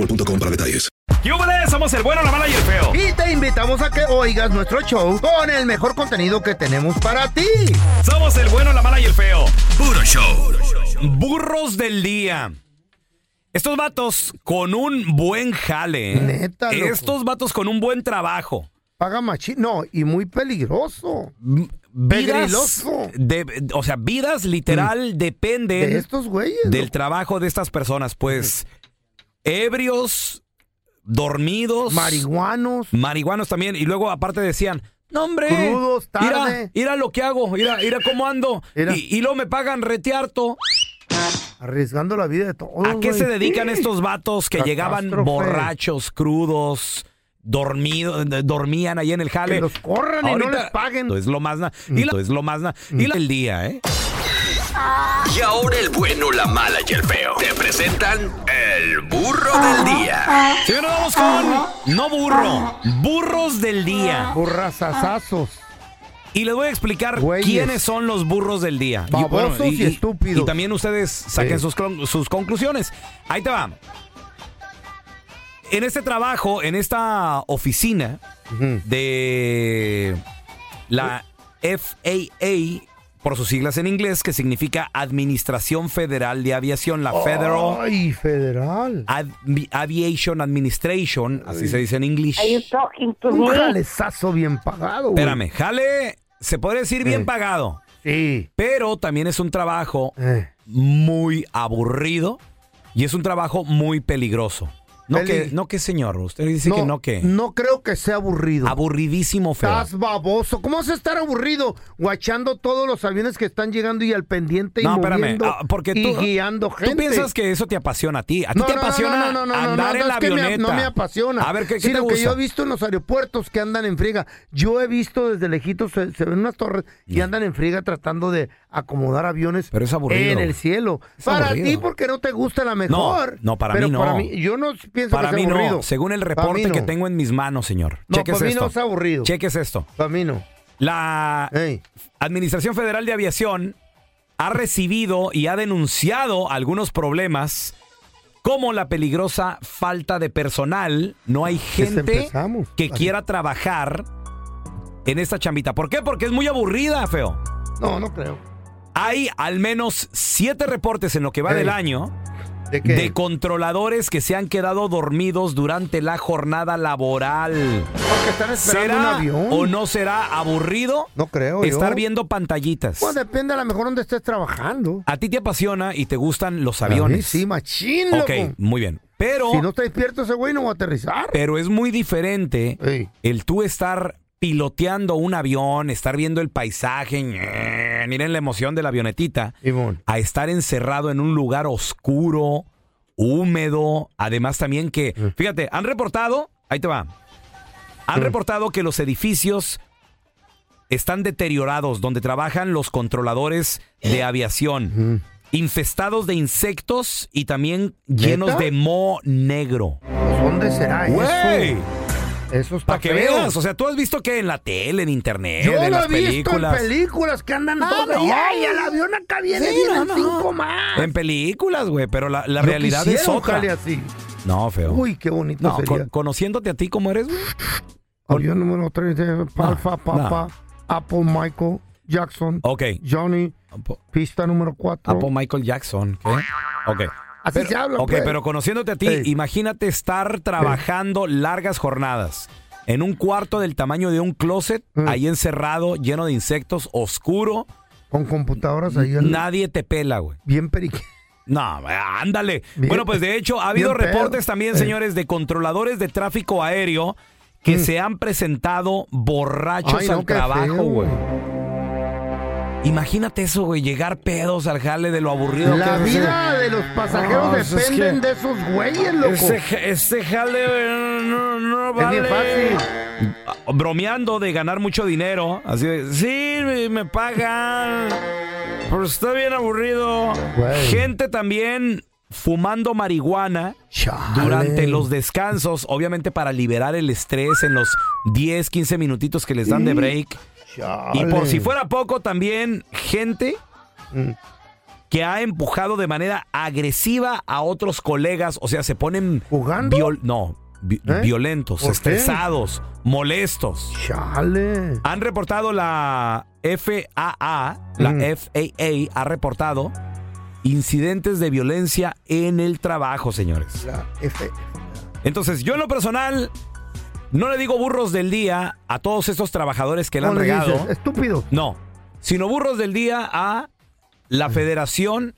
para detalles. ¿Qué hubo de? Somos el bueno, la mala y el feo. Y te invitamos a que oigas nuestro show con el mejor contenido que tenemos para ti. Somos el bueno, la mala y el feo. Puro show. Burros del día. Estos vatos con un buen jale. ¿eh? Neta, loco. Estos vatos con un buen trabajo. Paga machín. No, y muy peligroso. Vidas Pegriloso. de- o sea, vidas literal dependen Mm. De estos güeyes. del loco. trabajo de estas personas, pues ebrios, dormidos, Marihuanos. marihuanos también, y luego aparte decían, no hombre, Crudos, mira, tarde. mira lo que hago, mira, mira cómo ando, Mira. Y, y luego me pagan retearto. Arriesgando la vida de todos. ¿A qué Oh, güey. se dedican estos vatos que llegaban Catástrofe. borrachos, crudos, dormidos, dormían ahí en el jale? Que los corran y no Ahorita- les paguen. Mm. Esto es lo más na, y la- es lo más na- y la- el día, ¿eh? Y ahora el bueno, la mala y el feo. Te presentan el burro del día. Señores, vamos con no burro, burros del día. Burrasasazos. Y les voy a explicar Güeyes. quiénes son los burros del día. Y, Babosos y estúpidos. Y también ustedes saquen Sí. sus, clon- sus conclusiones. Ahí te va. En este trabajo, en esta oficina de la FAA, por sus siglas en inglés, que significa Administración Federal de Aviación, la Federal Ay, federal. Admi- Aviation Administration, así se dice en inglés. Un jalezazo bien pagado, güey. Espérame, jale, se puede decir bien Eh. pagado, Sí. pero también es un trabajo Eh. muy aburrido y es un trabajo muy peligroso. No Peli- que, no que señor, usted dice que no que. No creo que sea aburrido. Aburridísimo feo. Estás baboso. ¿Cómo vas a estar aburrido guachando todos los aviones que están llegando y al pendiente y No, espérame, moviendo ah, porque y tú, guiando gente? tú piensas que eso te apasiona a ti. A ti no, te no, no, apasiona no, no, no, no, andar no, en no, la es que me- avioneta. no me apasiona. A ver, ¿qué, qué Sino te gusta? que yo he visto en los aeropuertos que andan en friega. Yo he visto desde lejitos, se, se ven unas torres y andan en friega tratando de acomodar aviones Pero es aburrido. en el cielo. Es para aburrido. ti, porque no te gusta la mejor. no, para Pero mí no. Para mí, yo no pienso Para que mí sea aburrido. no. Según el Para mí reporte que no. tengo en mis manos, señor. No, Cheques para mí esto. no es aburrido. Cheques esto. Para mí no. La Ey. Administración Federal de Aviación ha recibido y ha denunciado algunos problemas como la peligrosa falta de personal. No hay gente empezamos. que Así. quiera trabajar en esta chambita. ¿Por qué? Porque es muy aburrida, feo. No, no creo. Hay al menos siete reportes en lo que va Ey. del año ¿De qué? de controladores que se han quedado dormidos durante la jornada laboral. Porque están esperando un ¿Será avión. o no será aburrido No creo yo. estar viendo pantallitas? Bueno, depende a lo mejor donde estés trabajando. A ti te apasiona y te gustan los A mí aviones. Sí, machín, ok, loco. muy bien. Pero, Si no está despierto ese güey, no va a aterrizar. pero es muy diferente Ey. el tú estar piloteando un avión, estar viendo el paisaje, ñe, miren la emoción de la avionetita, Simón. a estar encerrado en un lugar oscuro, húmedo, además también que, fíjate, han reportado, ahí te va, han reportado que los edificios están deteriorados donde trabajan los controladores de aviación. infestados de insectos y también llenos de moho negro. Pues, ¿Dónde será ¡Güey! eso? Eso está Para que feo. veas, o sea, tú has visto que en la tele, en internet, Yo en lo las he visto en películas. películas que andan todas allá y el avión acá viene Sí, y vienen no, no. cinco más. En películas, güey, pero la, la Yo realidad quisiera es otra. ojalá así. No, feo. Uy, qué bonito no, sería. con- conociéndote a ti como eres, güey. Avión número 3 de Palfa, No, Papa, Apple, Michael, Jackson, Ok. Johnny, pista número 4. Apo Ah, Michael Jackson, ¿qué? Ok. Así se habla, Ok, pues. pero conociéndote a ti, Ey. imagínate estar trabajando largas jornadas en un cuarto del tamaño de un closet, Mm. ahí encerrado, lleno de insectos, oscuro, Con computadoras ahí en- nadie te pela, güey. bien periquito. No, ándale. Bien. Bueno, pues de hecho, ha habido Bien pedo. Eh. reportes también, Ey. señores, de controladores de tráfico aéreo que se han presentado borrachos Mm. Ay, no, al qué feo, trabajo, güey. güey. Imagínate eso, güey, llegar pedos al jale de lo aburrido La que es. vida de los pasajeros No, pues es dependen que- de esos güeyes, loco. Este, ja- este jale güey, no, no, no Es vale. bien fácil. Bromeando de ganar mucho dinero. Así de, sí, me- me pagan. Pero está bien aburrido. Güey. Gente también fumando marihuana Chale. durante los descansos. Obviamente para liberar el estrés en los 10, 15 minutitos que les dan de break. Y por si fuera poco, también gente Mm. que ha empujado de manera agresiva a otros colegas, o sea, se ponen ¿Jugando? viol- no, vi- ¿Eh? violentos, ¿Por qué? estresados, molestos. Chale. Han reportado la FAA, la Mm. FAA ha reportado incidentes de violencia en el trabajo, señores. La F. Entonces, yo en lo personal no le digo burros del día a todos estos trabajadores que la han ¿Cómo le regado. dices? Estúpido. No, sino burros del día a la Federación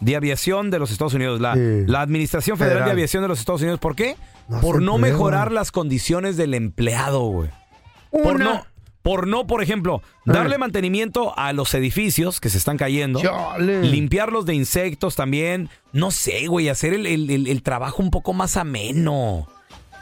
de Aviación de los Estados Unidos, la, Sí. la Administración Federal, de Federal. Aviación de los Estados Unidos. ¿Por qué? No por se no puede. mejorar las condiciones del empleado, güey. Por Una. no, por no, por ejemplo, darle mantenimiento a los edificios que se están cayendo. Chale. Limpiarlos de insectos también. No sé, güey, hacer el, el- el- el trabajo un poco más ameno.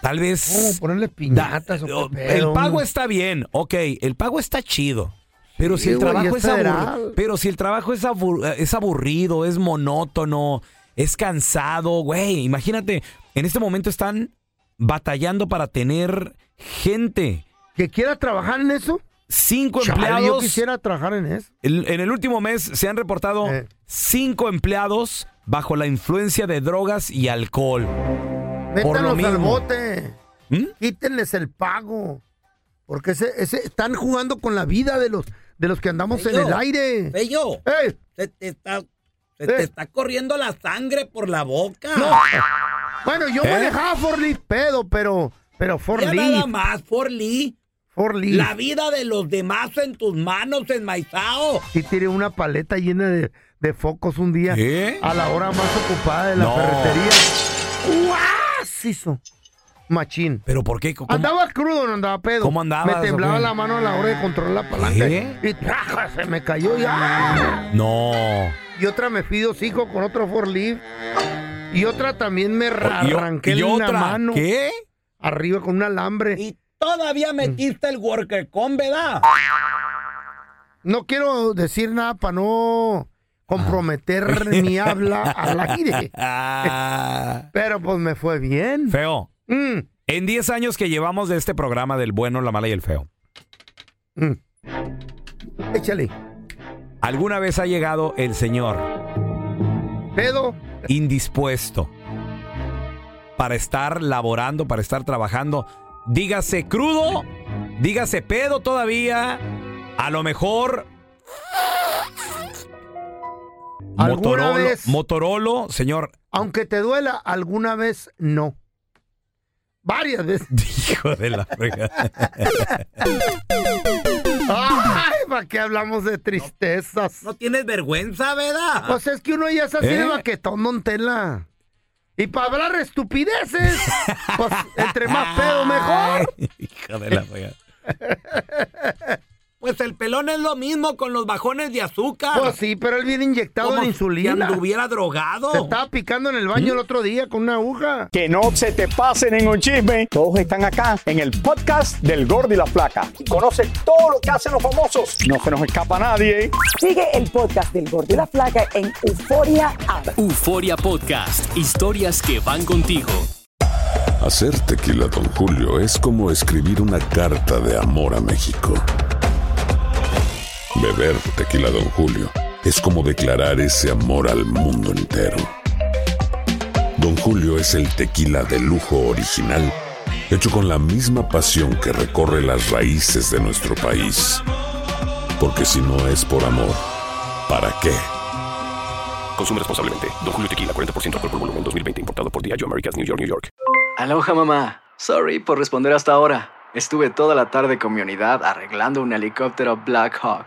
Tal ¿Cómo vez... ponerle Da- oh, piñatas o pues, qué el pedo, pago hombre? está bien, ok, el pago está chido. Pero si Sí, el güey, trabajo es es aburrido, federal. pero si el trabajo es, abu- eh, es aburrido, es monótono, es cansado, güey, imagínate, en este momento están batallando para tener gente, ¿Que quiera trabajar en eso? cinco Chale, yo empleados. quisiera trabajar en eso. El- en el último mes se han reportado Eh. cinco empleados bajo la influencia de drogas y alcohol. Por Métanlos lo al mismo. bote. ¿Mm? Quítenles el pago. Porque ese, ese, están jugando con la vida de los, de los que andamos en el aire. Bello, ¡Ey! se te está, se te está corriendo la sangre por la boca. Eh. No. Bueno, yo ¿Eh? manejaba Forlip pedo, pero. Pero Forlip. más, Forli. Forlip. vida de los demás en tus manos, enmaizao. Sí tiré una paleta llena de, de focos un día. ¿Qué? A la hora más ocupada de la No. ferretería. ¡Guas! Hizo. Machín. ¿Pero por qué? ¿Cómo? Andaba crudo, no andaba pedo. ¿Cómo andabas, Me temblaba o qué? la mano a la hora de controlar la palanca. ¿Qué? Y ¡traja! se me cayó y ¡ah! No. Y otra me fui dos hijos con otro forlip. Y otra también me ra- Y o- arranqué y una otra, mano ¿Qué? arriba con un alambre. todavía metiste el worker con, ¿verdad? No quiero decir nada para no comprometer mi habla al aire. Ah. Pero pues me fue bien. Feo. Mm, En 10 años que llevamos de este programa del bueno, la mala y el feo, mm. Échale. ¿alguna vez ha llegado el señor Pedo. indispuesto para estar laborando, para estar trabajando? Dígase crudo, dígase pedo todavía, a lo mejor... ¿Alguna Motorolo, vez? Motorolo, señor. Aunque te duela, alguna vez no. Varias veces. Hijo de la fregada. Ay, ¿para qué hablamos de tristezas? tienes vergüenza, ¿verdad? Pues es que uno ya es así ¿Eh? de baquetón, don Tela. Y para hablar estupideces, pues entre más pedo mejor. Hijo de la fregada. Pues el pelón es lo mismo con los bajones de azúcar. Pues sí, pero él viene inyectado Como de insulina. Si anduviera drogado. Se estaba picando en el baño el otro día con una aguja. Que no se te pase ningún chisme. Todos están acá en el podcast del Gordi y la Flaca. Y conoce todo lo que hacen los famosos. No se nos escapa nadie. Sigue el podcast del Gordo y la Flaca en Euforia App. Euforia Podcast, historias que van contigo. Hacer tequila, Don Julio, es como escribir una carta de amor a México. Beber tequila, Don Julio, es como declarar ese amor al mundo entero. Don Julio es el tequila de lujo original, hecho con la misma pasión que recorre las raíces de nuestro país. Porque si no es por amor, ¿para qué? Consume responsablemente. Don Julio Tequila, 40% alcohol por volumen, 2020. Importado por Diageo Americas, New York, New York. Aloha mamá. Sorry por responder hasta ahora. Estuve toda la tarde con mi unidad arreglando un helicóptero Black Hawk.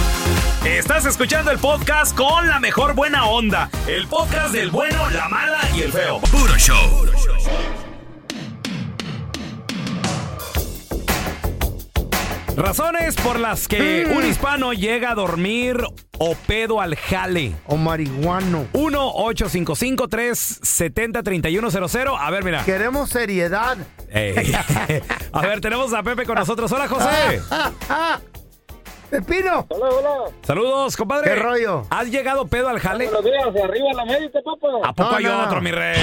Estás escuchando el podcast con la mejor buena onda. El podcast del bueno, la mala y el feo. Puro show. Razones por las que Mm. un hispano llega a dormir o pedo al jale. O marihuano. 1-855-370-3100. A ver, mira. Queremos seriedad. Ey. a ver, tenemos a Pepe con nosotros. Hola, José. Ah, ah, Pepino. Hola, hola. Saludos, compadre. ¿Qué rollo? ¿Has llegado pedo al jale? Buenos días, de arriba a la América, papá. ¿A poco No, hay no, otro, no. mi rey?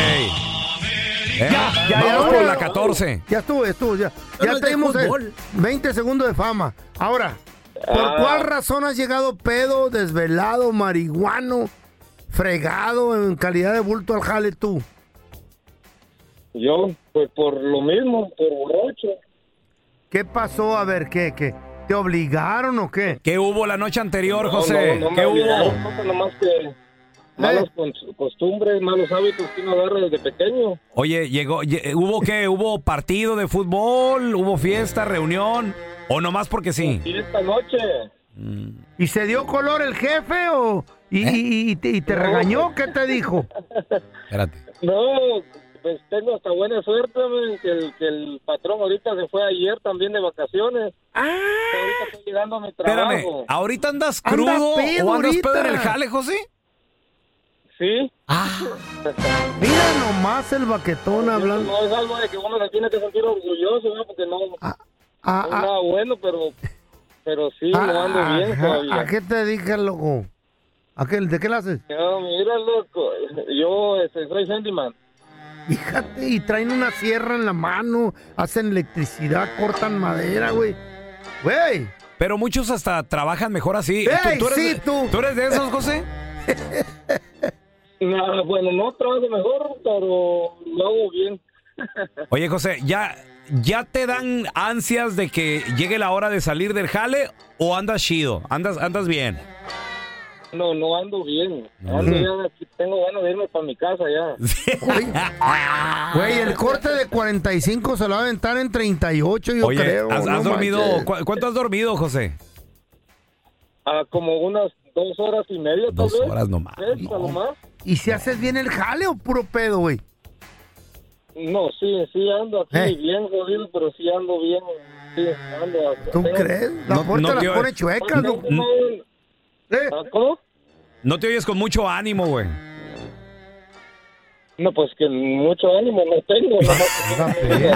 Eh, Ya, ya, vamos ya, por ya. la 14. Ya estuvo, estuvo, ya. Ya es de tenemos eh, fútbol. 20 segundos de fama. Ahora, ¿por Ah. cuál razón has llegado pedo, desvelado, marihuano, fregado en calidad de bulto al jale tú? Yo, pues por lo mismo, por borracho. ¿Qué pasó? A ver, ¿qué, qué? ¿Te obligaron o qué? ¿Qué hubo la noche anterior, No, José? no, no me ¿Qué hubo? Eh. olvidaron, papá, nomás que malas cons- costumbres, malos hábitos que uno agarra desde pequeño. Oye, llegó, lle- ¿hubo qué? ¿Hubo partido de fútbol? ¿Hubo fiesta, reunión? ¿O nomás porque sí? Y esta noche, ¿Y se dio color el jefe o y, y- y te, y te regañó? ¿Qué te dijo? Espérate. no, pues tengo hasta buena suerte, men, que el, que el patrón ahorita se fue ayer también de vacaciones. Ahorita estoy llegando a mi trabajo. Ah. Espérame, ¿ahorita andas Anda crudo pedo o andas pedo en ahorita. el jale, José? Sí, Mira nomás el baquetón hablando. no es algo de que uno se tiene que sentir orgulloso, ¿no? Porque no, Ah, no es ah, nada bueno, pero, pero sí, no ando bien ajá. todavía. ¿A qué te dedicas, loco? ¿A qué, ¿De qué la haces? No, mira, loco, yo este, soy handyman. Fíjate, y traen una sierra en la mano, hacen electricidad, cortan madera, güey. Güey, Pero muchos hasta trabajan mejor así. Ey, eres, sí, de- tú. eres de esos, José? No, Ah, bueno, no trabajo mejor, pero lo hago bien. Oye, José, ¿ya, ¿ya te dan ansias de que llegue la hora de salir del jale o andas chido? ¿Andas, andas bien? No, no ando bien. Ando ya aquí, tengo ganas de irme para mi casa ya. güey, el corte de 45 se lo va a aventar en 38, yo Oye, creo. ¿has, no has dormido? manches. cu- ¿Cuánto has dormido, José? A como unas dos horas y media, tal Dos vez. horas nomás. ¿Tres, a lo más? ¿Y si haces bien el jale o puro pedo, güey? No, sí, sí ando aquí Eh. bien jodido, pero sí ando bien. Sí, ando. ¿Tú tengo- crees? La No- puerta no las te- pone chuecas, Tengo loco. como un- Eh, ¿Ah, ¿Cómo? No te oyes con mucho ánimo, güey. No, pues que mucho ánimo no tengo. nomás que tengo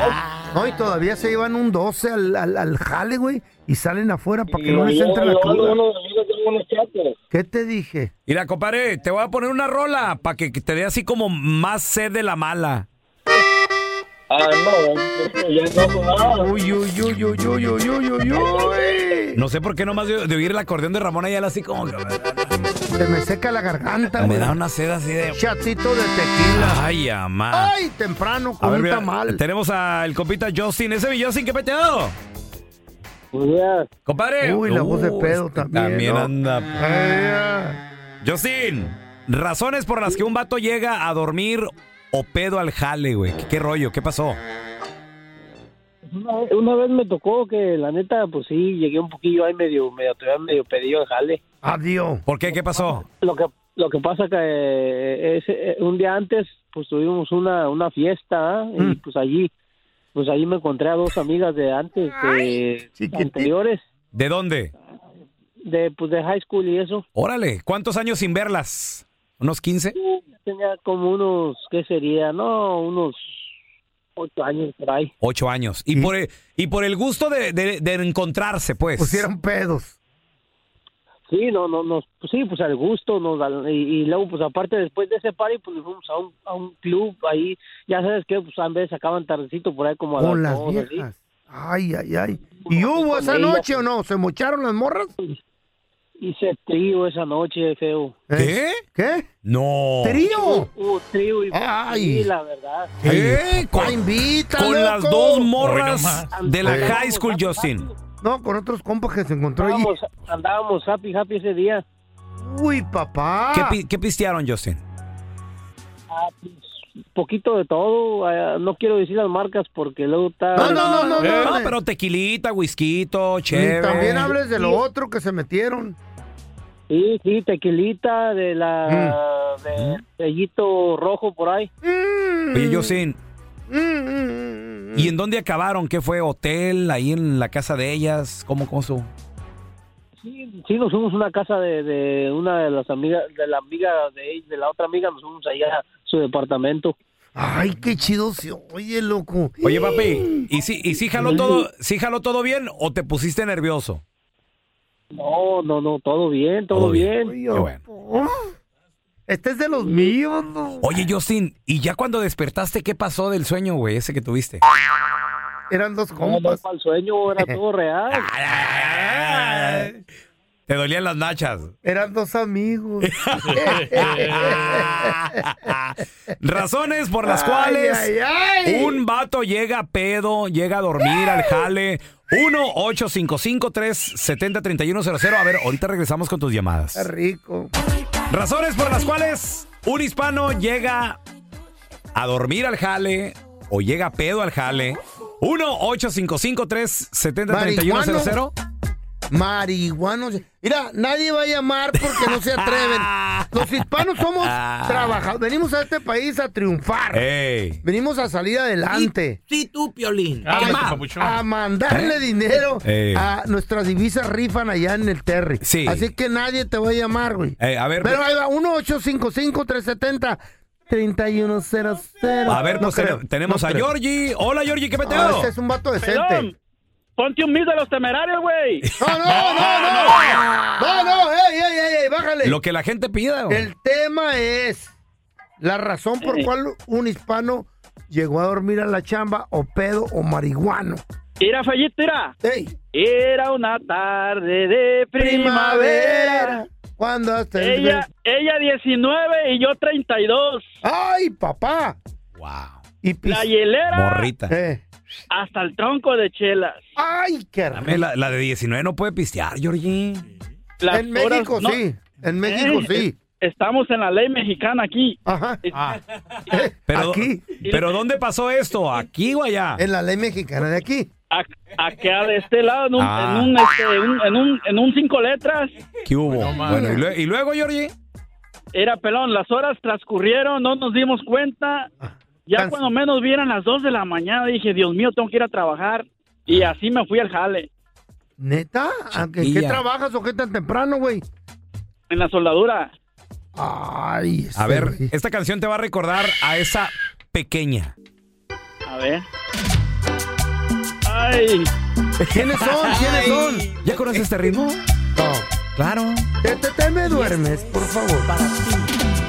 Ah, No, y todavía se llevan un 12 al, al, al jale, güey, y salen afuera para que no, No, les yo- entre la yo ando cruda. unos- yo tengo unos chatos. ¿Qué te dije? Mira, compadre, te voy a poner una rola para que que te dé así como más sed de la mala. Ah, no, ya no hago nada. Uy, uy, uy, uy, uy, uy, uy, uy, uy. No sé por qué nomás de, de oír el acordeón de Ramón Ayala así como... que- Se me seca la garganta, Me güey. da una sed así de... Chatito de tequila. Ay, amá. Ay, temprano, A con ver, un mira, este- tamal. tenemos al compita Justin. Ese mi Justin, qué peteado. Ya, Compadre. Uy, la voz de pedo este también, También ¿no? anda. Ay, ah. Justin, Razones por las que un vato llega a dormir o pedo al jale, güey. ¿Qué, qué rollo? ¿Qué pasó? Una, una vez me tocó que la neta, pues sí, llegué un poquillo ahí medio, medio, todavía medio pedido de jale. Adiós. ¿Por qué? ¿Qué pasó? Lo que, lo que pasa que eh, ese, eh, un día antes, pues tuvimos una, una fiesta ¿ah? Mm. y pues allí, pues allí me encontré a dos amigas de antes, de anteriores, ¿De dónde? de pues de high school y eso. Órale, ¿cuántos años sin verlas? ¿Unos 15? Tenía como unos, ¿qué sería? No, unos ocho años por ahí. Ocho años. Y, por, el, y por el gusto de, de- de encontrarse, pues. Pusieron pedos. Sí, no, no, nos, pues sí, pues al gusto, nos, da- y, y luego, pues aparte, después de ese party, pues nos fuimos a un, a un club ahí, ya sabes que, pues a veces acaban tardecito por ahí como a Con las las dos, así. viejas. Ay, ay, ay. ¿Y hubo esa ellas. noche o no? ¿Se mocharon las morras? Hice trío esa noche, feo. ¿Qué? Eh, ¿Qué? No. ¿Trío? Hubo trío y Ay. sí, la verdad. ¿Qué? Con, Ah, invita, con loco. las dos morras Hoy nomás. de la Sí. high school, Justin. No, con otros compas que se encontró allí. Andábamos, andábamos happy, happy ese día. Uy, papá. ¿Qué, pi- qué pistearon, Justin? Eh, Ah, pues, poquito de todo, ah, no quiero decir las marcas porque luego está... Eh, pero tequilita, whisky, chévere. Y también hables de lo otro que se metieron. Sí, sí, tequilita de la de sellito rojo por ahí. Oye, Justin, Mm, ¿y en dónde acabaron? ¿Qué fue? ¿Hotel? ¿Ahí en la casa de ellas? ¿Cómo, cómo estuvo? Sí, sí, nos fuimos a una casa de, de una de las amigas, de la amiga de ella, de la otra amiga, nos fuimos allá a su departamento. Ay, qué chido se oye, loco. Oye, papi, ¿y si, y si jaló todo, si jaló todo bien o te pusiste nervioso? No, no, no, todo bien, todo, bien. Qué bueno. ¿oh? Este es de los míos, no. Oye, Justin, ¿y ya cuando despertaste qué pasó del sueño, güey, ese que tuviste? Eran dos No, no, para el sueño era todo real. Ah, Te dolían las nachas. Eran dos amigos. Razones por las Eh. Ay, cuales ay, ay. un vato llega a pedo, llega a dormir al jale. 1-855-370-3100. A ver, ahorita regresamos con tus llamadas. Está rico. Razones por las cuales un hispano llega a dormir al jale o llega a pedo al jale. 1-855-370-3100. Marihuanos. Mira, nadie va a llamar porque no se atreven. Los hispanos somos trabajadores. Venimos a este país a Eh, triunfar. Ey. Venimos a salir adelante. Sí, tú, Piolín. A, Ah, ¿Qué ma- más? a ¿Eh? mandarle dinero Ey. a nuestras divisas rifan allá en el Terry. Sí. Así que nadie te va a llamar, güey. Eh, a ver, Pero ahí va, 1-855-370. 3100. a ver, pues, creo, tenem- tenemos no a creo. Georgie. Hola, Georgie, ¿qué Ah, meteo? este es un vato decente. Pelón, Ponte un mis de los temerarios, güey. No, no, no, no. No, no, ey, ey, ey, ey, bájale. Lo que la gente pida, güey. El tema es la razón por cual un hispano llegó a dormir a la chamba o pedo o marihuano. Mira, Fellito, mira. Era una tarde de primavera. Primavera. Cuando hasta el- Ella, ella 19 y yo 32. ¡Ay, papá! ¡Wow! Y La hielera Morrita. Eh. hasta el tronco de chelas. ¡Ay, qué Dame La, la de 19 no puede pistear, Georgie. Las En México, no- sí. En México, Eh, sí. Estamos en la ley mexicana aquí. Ajá. Ah. Eh, Pero, Aquí. ¿Pero dónde pasó esto? ¿Aquí o allá? En la ley mexicana de aquí. Acá de este lado, en un, Ah. en, un, este, un- en, un, en un cinco letras. ¿Qué hubo? mames. bueno, y, lue- y luego, Georgie. Era pelón, las horas transcurrieron, no nos dimos cuenta. Ya Cansa. cuando menos vieran las 2 de la mañana, dije, Dios mío, tengo que ir a trabajar. Y así me fui al jale, ¿Neta? ¿A qué- ¿Qué Chiquilla. trabajas o qué tan temprano, güey? en la soldadura. Ay, A ver, esta canción te va a recordar a esa pequeña. A ver. Ay. este, ¿Quiénes son? ¿Quiénes son? ¿Ya conoces este ritmo? No. Claro. Te, te- te me duermes, por favor.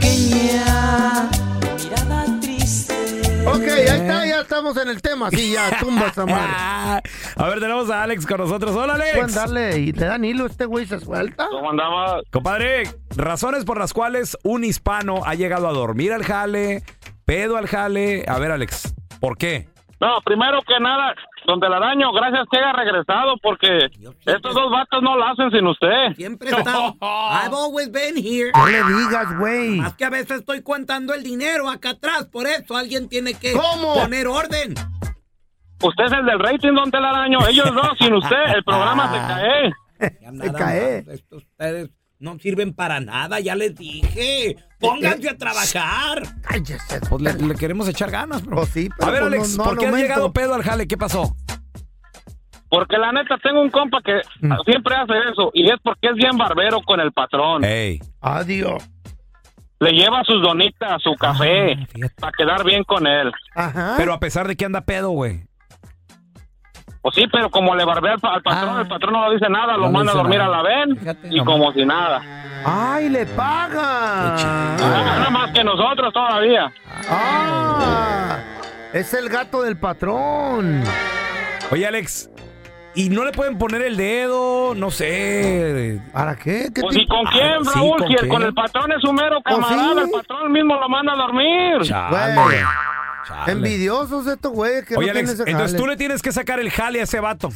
Pequeña mirada triste. Ok, ahí está, ya estamos en el tema. Sí, ya, tumba esa madre. Ah, A ver, tenemos a Alex con nosotros. Hola, Alex. Pueden darle y le dan hilo, este güey se suelta. ¿Cómo andamos? Compadre, razones por las cuales un hispano ha llegado a dormir al jale, pedo al jale. A ver, Alex, ¿por qué? No, primero que nada, Donde la daño, gracias que haya regresado porque estos dos vatos no lo hacen sin usted. Siempre he estado. I've always been here. No le digas, güey. Más que a veces estoy contando el dinero acá atrás, por eso alguien tiene que ¿Cómo? poner orden. Usted es el del rating, don Telaraño. Ellos dos, sin usted, el programa Ah. se cae. Se cae. Estos ustedes no sirven para nada, ya les dije. Pónganse a trabajar. Cállese. Pues le, le queremos echar ganas, bro. sí, A ver, pues, Alex, no- no ¿por qué has momento. llegado pedo al jale? ¿Qué pasó? Porque la neta, tengo un compa que Mm. siempre hace eso. Y es porque es bien barbero con el patrón. Eh. Adiós. Le lleva sus donitas, su Ah, café, para quedar bien con él. ¿Ah? Pero a pesar de que anda pedo, güey. Pues sí, pero como le barbea al, pa- al patrón, el patrón no le dice nada, lo Ah. No le manda a dice dormir nada. a la ven y como si nada. ¡Ay, le paga! Gana más que nosotros todavía. ¡Ah! Es el gato del patrón. Oye, Alex, ¿y no le pueden poner el dedo? No sé. ¿Para qué? Pues ¿y Ah, con quién, Raúl? Si el- con, el patrón es un mero Pues camarada, el patrón mismo lo manda a dormir. Güey. Envidiosos estos güeyes que Oye, no Alex, tienen ese entonces jale. tú le tienes que sacar el jale a ese vato.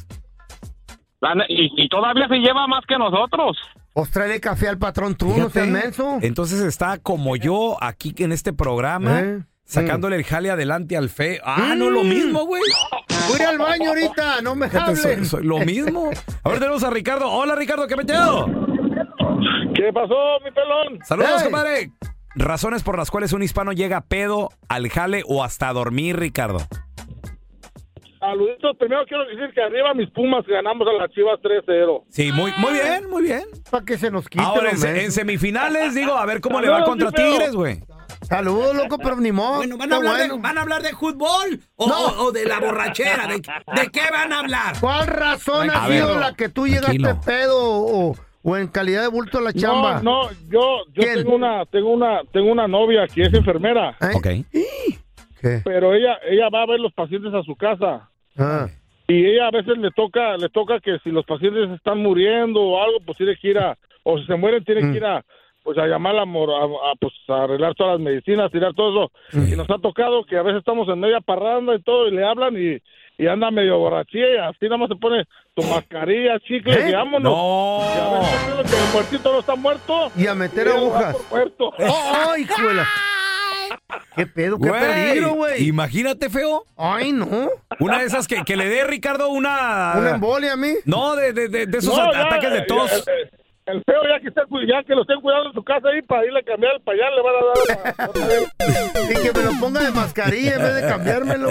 La ne- y, y todavía se lleva más que nosotros. Pues tráele café al patrón tú, no seas menso. Entonces está como yo aquí en este programa, ¿Eh? sacándole el jale adelante al fe. Ah, no, lo mismo, güey. Voy a ir al baño ahorita, no me Fíjate, hables. soy- soy lo mismo. Ahora tenemos a Ricardo. Hola, Ricardo, ¿qué metido? ¿Qué pasó, mi pelón? Saludos, Hey. compadre. Razones por las cuales un hispano llega pedo al jale o hasta a dormir, Ricardo. Saluditos, primero quiero decir que arriba mis Pumas ganamos a las Chivas 3-0. Sí, muy, muy bien, muy bien. Para que se nos quite. Ahora, lo en, se- menso. en semifinales, digo, a ver cómo le va Saludos, contra mi feo. Tigres, güey. Saludos, loco, pero ni modo. Bueno, ¿van a, Está hablar de, bueno. ¿van a hablar de fútbol o, No. o- o de la borrachera? ¿De, de qué van a hablar? ¿Cuál razón ha A ver, sido la que tú llegaste tranquilo. pedo o, o en calidad de bulto a la chamba? No, no, yo, yo ¿Quién? Ah. tengo una, tengo una, tengo una novia que es enfermera. ¿Eh? Pero ella, ella va a ver los pacientes a su casa. Ah. Y ella a veces le toca, le toca que si los pacientes están muriendo o algo, pues tiene que ir a, o si se mueren, tiene que ir Mm. a, pues a llamar a, mor- a- a, pues, a arreglar todas las medicinas, tirar todo eso. Y nos ha tocado que a veces estamos en media parranda y todo, y le hablan y, y anda medio borrachilla y así nada más se pone tu mascarilla, chicle, ¿Eh? y vámonos. No. Y a veces creo que el muertito no está muerto. Y a meter Y él va agujas. por muerto. ¡Oh, oh, hijuela! ¿Qué pedo? ¿Qué Güey, peligro, güey? Imagínate, feo. Ay, no. Una de esas que, que le dé Ricardo una. Ah. ¿Una embolia a mí? No, de, de, de, de esos No, at- ya, ataques de tos. ya, El, el feo ya que, está, cu- ya que lo estén cuidando en su casa ahí para irle a cambiar el payal, le van a dar... Y que me lo ponga de mascarilla en vez de cambiármelo.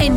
En